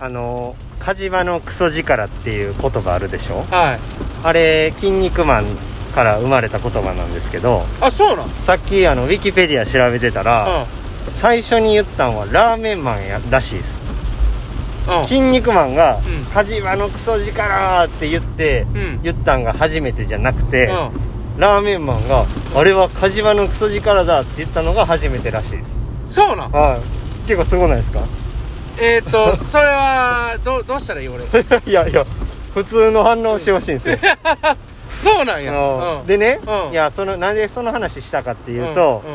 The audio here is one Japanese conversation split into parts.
あの火事場のクソ力っていう言葉あるでしょはいあれ「筋肉マン」から生まれた言葉なんですけどあそうなんうんさっきあのウィキペディア調べてたら、うん最初に言ったんはラーメンマンやらしいです「筋肉マン」がうん「火事場のクソ力」って言ってうん言ったんが初めてじゃなくて、うんラーメンマンが「あれは火事場のクソ力だ」って言ったのが初めてらしいですそうなんはい結構すごないですか えっ、とそれはどうどうしたらいい俺いやいや普通の反応してほしいんですよそうなんやあのうんでね、うんいやそのなんでその話したかってういんうと、うん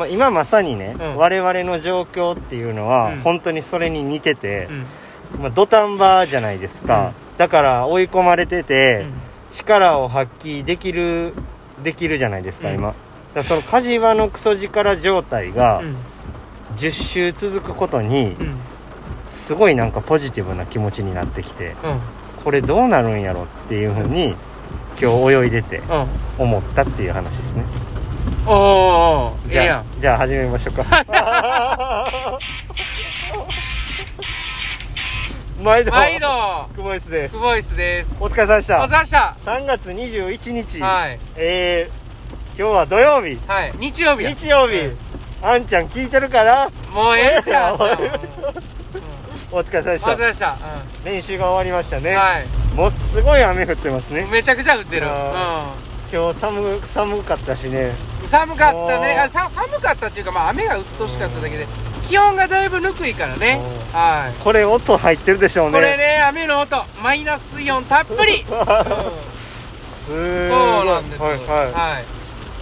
まあ、今まさにね、うん我々の状況っていうのは、うん本当にそれに似てて、うんまあ、土壇場じゃないですか、だから追い込まれてうて、ん力を発揮できるできるじゃないですか、うん今だからその火事場のクソ力状態がうん10周続くことにうんすごいなんかポジティブな気持ちになってきてうんこれどうなるんやろっていうふうに今日泳いでてうん思ったっていう話ですねおーおーええやんじゃあ始めましょうか 毎度毎度クボイスですクボイスですお疲れ様でしお疲れた様でした3月21日、はいえー、今日は土曜日はい日曜日や日曜日、うんあんちゃん聞いてるからもうええってなっ たおうんいお疲れお疲れ様でし様たでした練習が終わりましたうんね、はいもうすごい雨降ってますねめちゃくちゃ降ってるあう今日寒寒かったしねん寒かったねもうあさ寒かったっていうかまあ雨が鬱陶しかっただけで気温がだいぶぬくいからねうんはいこれ音入ってるでしょうねこ れね雨の音マイナスイオンたっぷりうんすーごいそうなんですはいはい、はい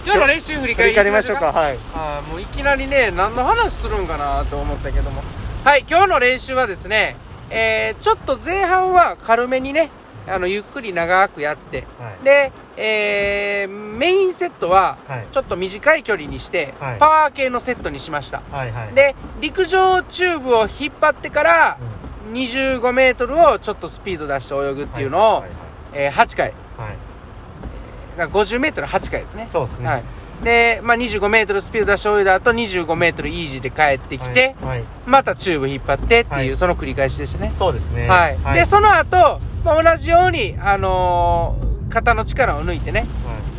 今日の練習振り振返りり返りましょうか行きはいあーもういきなりね何の話するんかなと思ったけどもはい今日の練習はですね、えーちょっと前半は軽めにねあのゆっくり長くやってはいで、えーメインセットははいちょっと短い距離にして、はいパワー系のセットにしましたはいはい、で陸上チューブを引っ張ってからうん2 5ルをちょっとスピード出して泳ぐっていうのを、はいえー8回はいはい5 0ル8回ですねそうですね、はい、で、まあ、25メートルスピード出し終えた後25メートルイージーで帰ってきて、はい、はいまたチューブ引っ張ってってはいいうその繰り返しでしたね。そうですねはい。はいで、その後、まあ、同じように、あのー肩の力を抜いてね、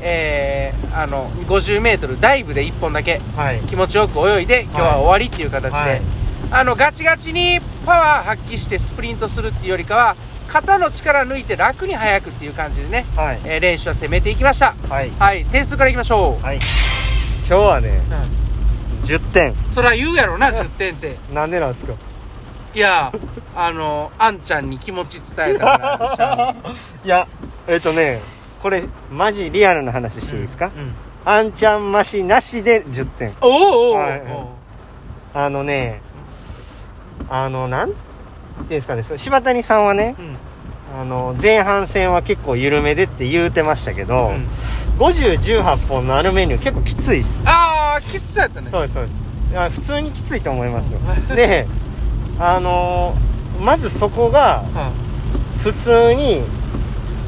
えー、あの、50メートルダイブで1本だけはい、はい気持ちよく泳いで、今日は終わりっていう形で、はいあの、ガチガチにパワー発揮してスプリントするっていうよりかは、肩の力抜いて楽に速くっていう感じでね、はいえー練習は攻めていきました。はいはい、点数からいきましょう。はい今日はねうん10点そりゃ言うやろな10点ってなんでなんですかいやあのあんちゃんに気持ち伝えたからあんちゃん いやえっ、とねこれマジリアルな話していいですか、あんちゃんましなしで10点おおおおはいあのねあのなんていうんですかねその柴谷さんはねうんあの前半戦は結構緩めでって言うてましたけど、うん5018本のあるメニュー結構きついっすああきつそうやったねそうですそうですいや普通にきついと思いますようんであのーまずそこがうん普通に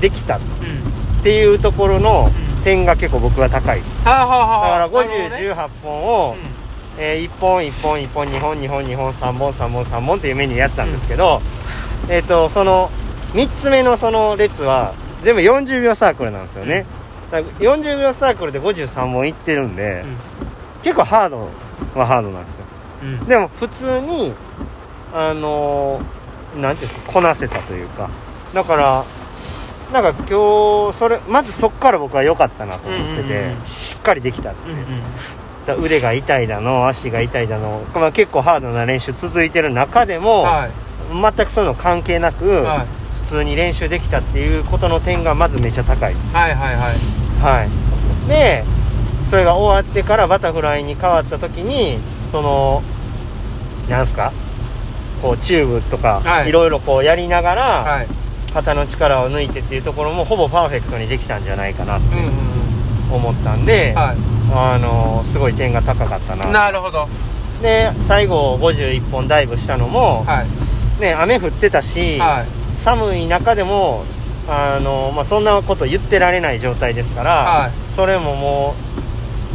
できたっうんていうところのうん点が結構僕は高いはだあはあかはらあなる5018本ほを、どねえー1本1本1本2本2本2本3本3本3本っていうメニューやったんですけど、えっ、とその3つ目のその列は全部40秒サークルなんですよね、だから40秒サークルで53本いってるんで、結構ハードはハードなんですようんうんうんでも普通にあのーなんていうんですかこなせたというかだからなんか今日それまずそこから僕は良かったなと思ってて、うんうんうんしっかりできたってうんうだんから腕が痛いだの足が痛いだの、まあ、結構ハードな練習続いてる中でも、はい全くそういうの関係なく、はい普通に練習できたっていうことの点がまずめちゃ高いはいはいはいはい、でそれが終わってからバタフライに変わった時にそのなんすかこうチューブとか、はいい、ろいろこうやりながらはい肩の力を抜いてっていうところもほぼパーフェクトにできたんじゃないかなとうんうんうん思ったんで、はあのすごい点が高かったいななるほどで最後51本ダイブしたのも、はいね、雨降ってたし、はい寒い中でもあの、まあ、そんなこと言ってられない状態ですから、はそれもも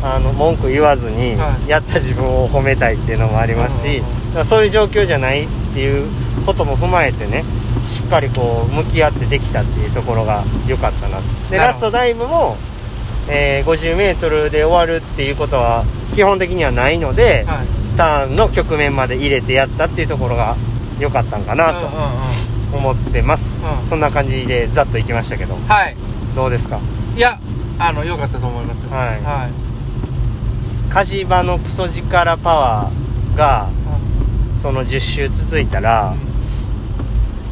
うあの文句言わずに、はいやった自分を褒めたいっていうのもありますし、うんうんうんだからそういう状況じゃないっていうことも踏まえてねしっかりこう向き合ってできたっていうところが良かったなでなるラほスどトダイブも、え 50m で終わるっていうことは基本的にはないので、はいターンの局面まで入れてやったっていうところが良かったんかうんうんなと思ってます、うんそんな感じでざっといきましたけどうんはいどうですかいやあの良かったと思いますよはいはい火事場のクソ力パワーがその10周続いたら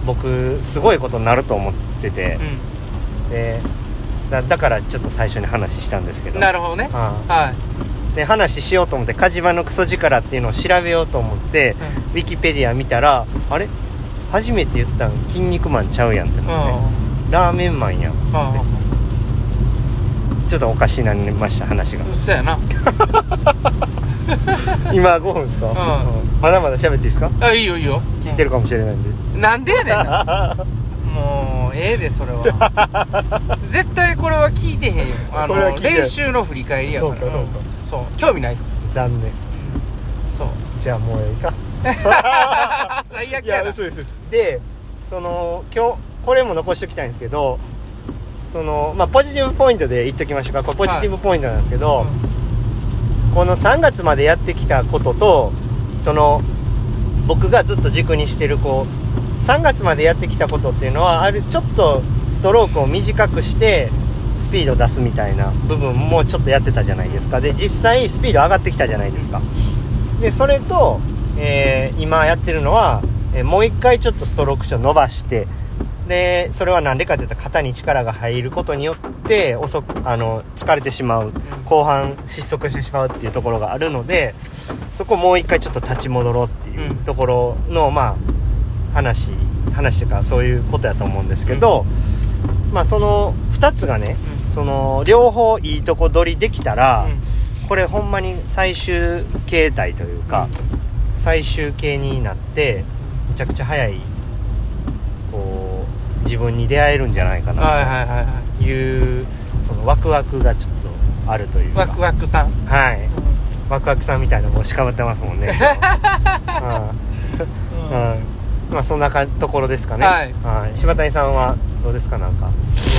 僕すごいことになると思っててうん、でだだからちょっと最初に話したんですけうどんなるほどねあはいあで話しようと思って火事場のクソ力っていうのを調べようと思ってウィキペディア見たらあれ初めて言ったん「筋肉マンちゃうやん」ってうんなって、ラーメンマンやんうんうんちょっとおかしになりました話が うんそうやな今5分ですか、うんうんまだまだ喋っていいですかあいいよいいよ聞いてるかもしれないんでなんでやねん なもうええでそれは 絶対これは聞いてへんよあこれはの聞いてない練習の振り返りやからそうかそうかそう興味ない残念そうじゃあもうええか最悪いややな嘘です嘘ですでその今日これも残しておきたいんですけどそのまあポジティブポイントで言っときましょうかこれポジティブポイントなんですけど、この3月までやってきたこととその僕がずっと軸にしてるこう3月までやってきたことっていうのはあるちょっとストロークを短くしてスピード出すみたいな部分もちょっとやってたじゃないですかで実際スピード上がってきたじゃないですかでそれと、えー今やってるのは、えーもう一回ちょっとストローク値を伸ばしてでそれは何でかというと肩に力が入ることによって遅くあの疲れてしまう後半失速してしまうっていうところがあるのでそこもう一回ちょっと立ち戻ろうっていうところの、まあ話話というかそういうことやと思うんですけど、まあその2つがねその両方いいとこ取りできたら、これほんまに最終形態というか、最終形になってめちゃくちゃ早いこう自分に出会えるんじゃないかうんはいなはいはいはという、そのワクワクがちょっとあるといういかワクワクさんはいワクワクさんみたいな帽子かぶってますもん ねうん、うんまあそんなかところですかね、はい柴谷さんはどうですかなんか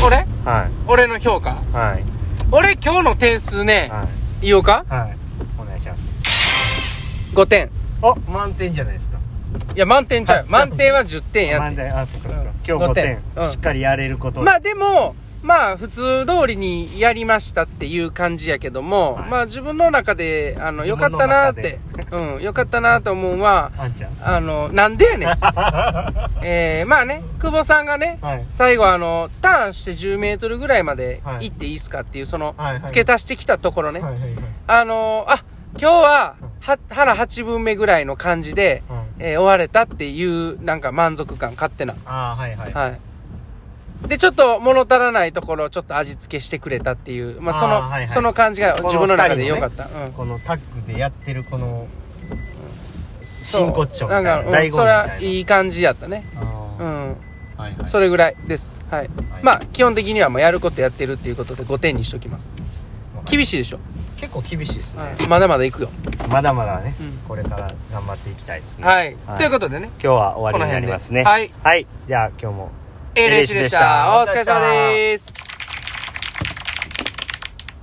俺は俺の評価いはい俺今日の点数ねはい言おうかはいお願いします5点あ満点じゃないですかいや満点ちゃうあ満点は10点やっ満て点あそっかそっうんか今日5点五点うんしっかりやれることまあでも、まあ普通通りにやりましたっていう感じやけども、はいまあ自分の中で、あの、自よか分のったなー中ってで、 うん、よかったなーと思うのは、あん ちゃんあの、なんでやねん。はえー、まあね、久保さんがね、いはい最後あの、ターンして10メートルぐらいまではい行っていいですかっていう、そのはいは、い付け足してきたところね。はいはいあのーあ、今日は、は、腹8分目ぐらいの感じで、はいえー終われたっていう、なんか満足感、勝手な。ああはいはいはい。で、ちょっと物足らないところをちょっと味付けしてくれたっていう、まあ、その、あーはいはいその感じがこの自分の中で良かった。このタッグでやってるこのうん。真骨頂みたないんなか、うん、醍醐味みそれたはいいい感じやったね。なあーうん。はいはいそれぐらいです。はい。いまあ、基本的にはもうやることやってるっていうことで5点にしときます。厳しいでしょ、結構厳しいですねはいまだまだいくよ。まだまだねうんこれから頑張っていきたいですねはい。ということとでね、今日は終わりになりますねこの辺ではいじゃあ今日もええ練習でした。お疲れ様です。